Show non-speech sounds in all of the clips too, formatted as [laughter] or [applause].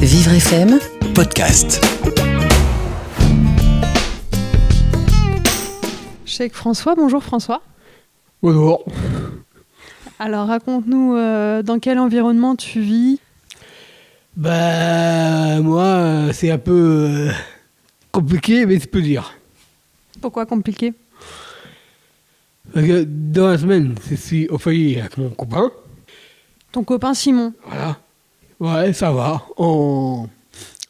Vivre FM Podcast. Je suis avec François. Bonjour François. Bonjour. Alors raconte-nous euh, dans quel environnement tu vis. Bah, moi, euh, c'est un peu euh, compliqué, mais je peux dire. Pourquoi compliqué Parce que dans la semaine, je suis au foyer avec mon copain. Ton copain Simon. Voilà. Ouais, ça va. On,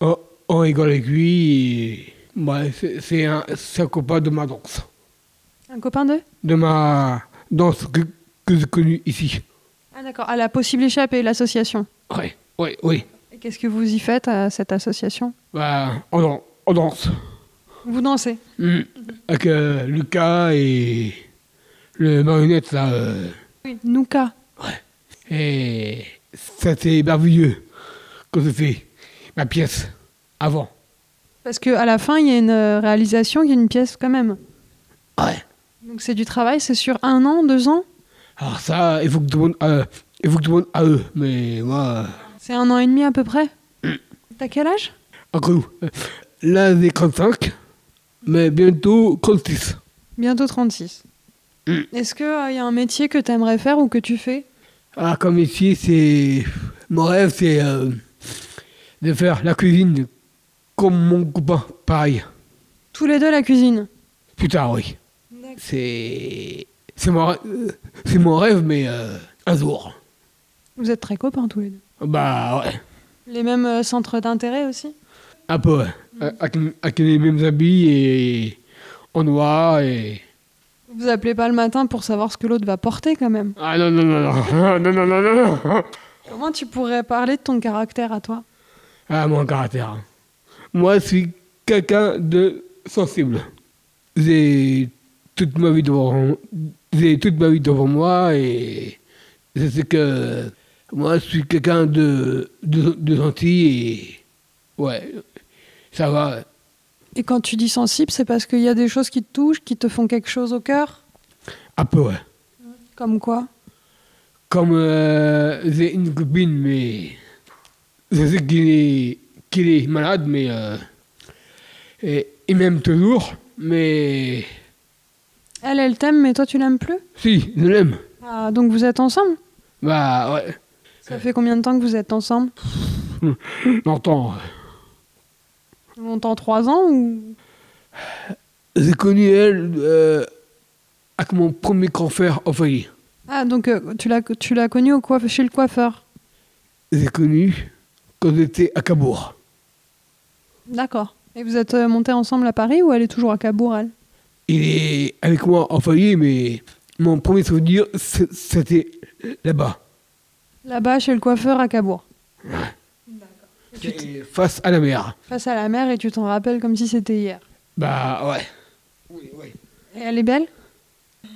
on, on rigole avec lui. et- Ouais, c'est c'est un, c'est un copain de ma danse. Un copain d'eux De ma danse que, que j'ai connue ici. Ah d'accord, à la Possible Échappée, l'association. Ouais, ouais, oui. Et qu'est-ce que vous y faites à cette association Bah, on, dan- on danse. Vous dansez. Hmm. Avec euh, Lucas et le marionnette, là. euh, Oui. Nouka. Et ça, c'est merveilleux quand je fais ma pièce avant. Parce qu'à la fin, il y a une euh, réalisation, il y a une pièce quand même. Ouais. Donc c'est du travail, c'est sur un an, deux ans Alors ça, il faut que tout le monde, euh, il faut que tout le monde à eux. Mais moi, C'est un an et demi à peu près T'as quel âge euh, entre nous, euh, là, j'ai 35, mais bientôt 36. Bientôt 36. Est-ce qu'il y a un métier que t'aimerais faire ou que tu fais Alors comme ici, c'est... Mon rêve, c'est euh, de faire la cuisine comme mon copain, pareil. Tous les deux la cuisine Plus tard, oui. C'est... C'est mon, rê- euh, c'est mon rêve, mais euh, un jour. Vous êtes très copains tous les deux. Bah ouais. Les mêmes euh, centres d'intérêt aussi Un peu, ouais. Euh, Avec, avec les mêmes habits et en noir et. Vous appelez pas le matin pour savoir ce que l'autre va porter quand même. Ah non, non, non, non, [laughs] non, non, non, non, non. Comment tu pourrais parler de ton caractère à toi Ah, mon caractère. Moi, je suis quelqu'un de sensible. J'ai toute ma vie devant, j'ai toute ma vie devant moi et je sais que moi, je suis quelqu'un de, de, de gentil et. Ouais, ça va. ouais. Et quand tu dis sensible, c'est parce qu'il y a des choses qui te touchent, qui te font quelque chose au cœur Un peu, ouais. Comme quoi Comme euh, j'ai une copine, mais je sais qu'il est, qu'il est malade, mais euh, et, il m'aime toujours, mais Elle, elle t'aime, mais toi tu l'aimes plus si, je l'aime. Ah, donc vous êtes ensemble Bah ouais, Ça fait combien de temps que vous êtes ensemble longtemps. Longtemps, trois ans ou... J'ai connu elle euh, avec mon premier grand-frère au foyer. Ah, donc euh, tu l'as- tu l'as connue au coiffe- chez le coiffeur J'ai connu quand j'étais à Cabourg. D'accord. Et vous êtes euh, montés ensemble à Paris ou elle est toujours à Cabourg, elle Il est avec moi au foyer, mais mon premier souvenir, c- c'était là-bas, Là-bas, chez le coiffeur à Cabourg. Et face à la mer. Face à la mer et tu t'en rappelles comme si c'était hier. Bah ouais. Oui, oui. Et elle est belle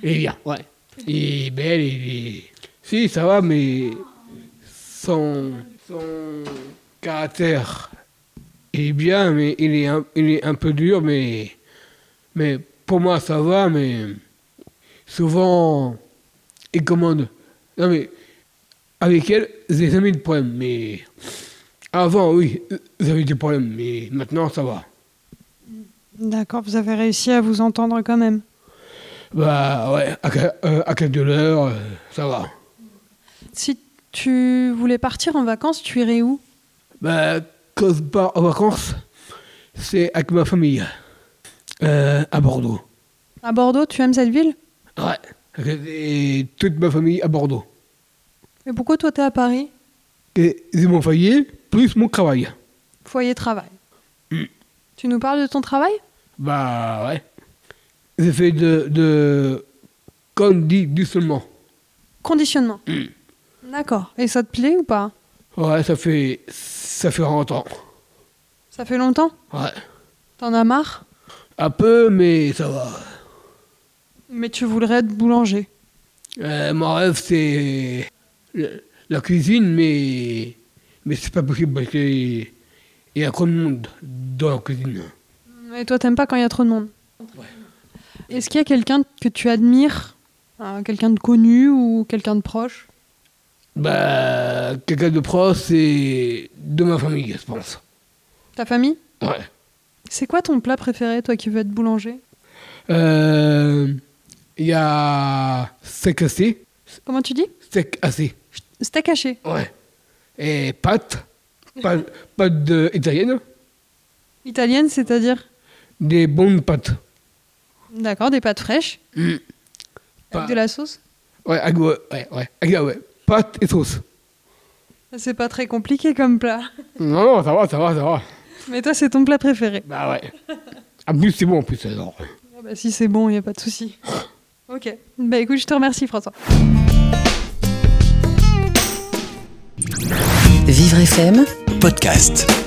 Il est bien, ouais. Il est belle, il est... Si, ça va, mais son, son caractère est bien, mais il est un, il est un peu dur, mais, mais pour moi, ça va, mais souvent, il commande. Non, mais avec elle, j'ai jamais eu de problème, mais avant, oui, j'avais des problèmes, mais maintenant, ça va. D'accord, vous avez réussi à vous entendre quand même. Bah ouais, à, quel- euh, à quelle douleur, ça va. Si tu voulais partir en vacances, tu irais où Bah, quand je pars en vacances, c'est avec ma famille. Euh, à Bordeaux. À Bordeaux, tu aimes cette ville Ouais. Et toute ma famille à Bordeaux. Mais pourquoi toi t'es à Paris Et c'est mon foyer, plus mon travail. Foyer travail. Tu nous parles de ton travail Bah ouais. J'ai fait de, de candy du seulement. Conditionnement. D'accord. Et ça te plaît ou pas Ouais, ça fait ça fait longtemps. Ça fait longtemps Ouais. T'en as marre Un peu, mais ça va. Mais tu voudrais être boulanger. Euh, mon rêve, c'est le- la cuisine, mais, mais c'est pas possible parce qu'il y a trop de monde dans la cuisine. Et toi t'aimes pas quand il y a trop de monde Est-ce qu'il y a quelqu'un que tu admires Euh, Quelqu'un de connu ou quelqu'un de proche Bah, quelqu'un de proche, c'est de ma famille, je pense. Ta famille Ouais. C'est quoi ton plat préféré, toi qui veux être boulanger Euh, Il y a sec assez, Comment tu dis sec assez, Steak haché. ouais. Et pâtes, pâtes, pâtes de- italiennes, Italienne, c'est-à-dire des bonnes pâtes. D'accord, des pâtes fraîches. Pas- Avec de la sauce Ouais, avec- ouais, ouais, ouais, avec- ouais. Pâtes et sauce. C'est pas très compliqué comme plat. Non, non, ça va, ça va, ça va. Mais toi, c'est ton plat préféré. Bah ouais. En plus, c'est bon, en plus, alors. Ah bah, si c'est bon, il n'y a pas de souci. Ok. Bah écoute, je te remercie, François. Vivre FM podcast.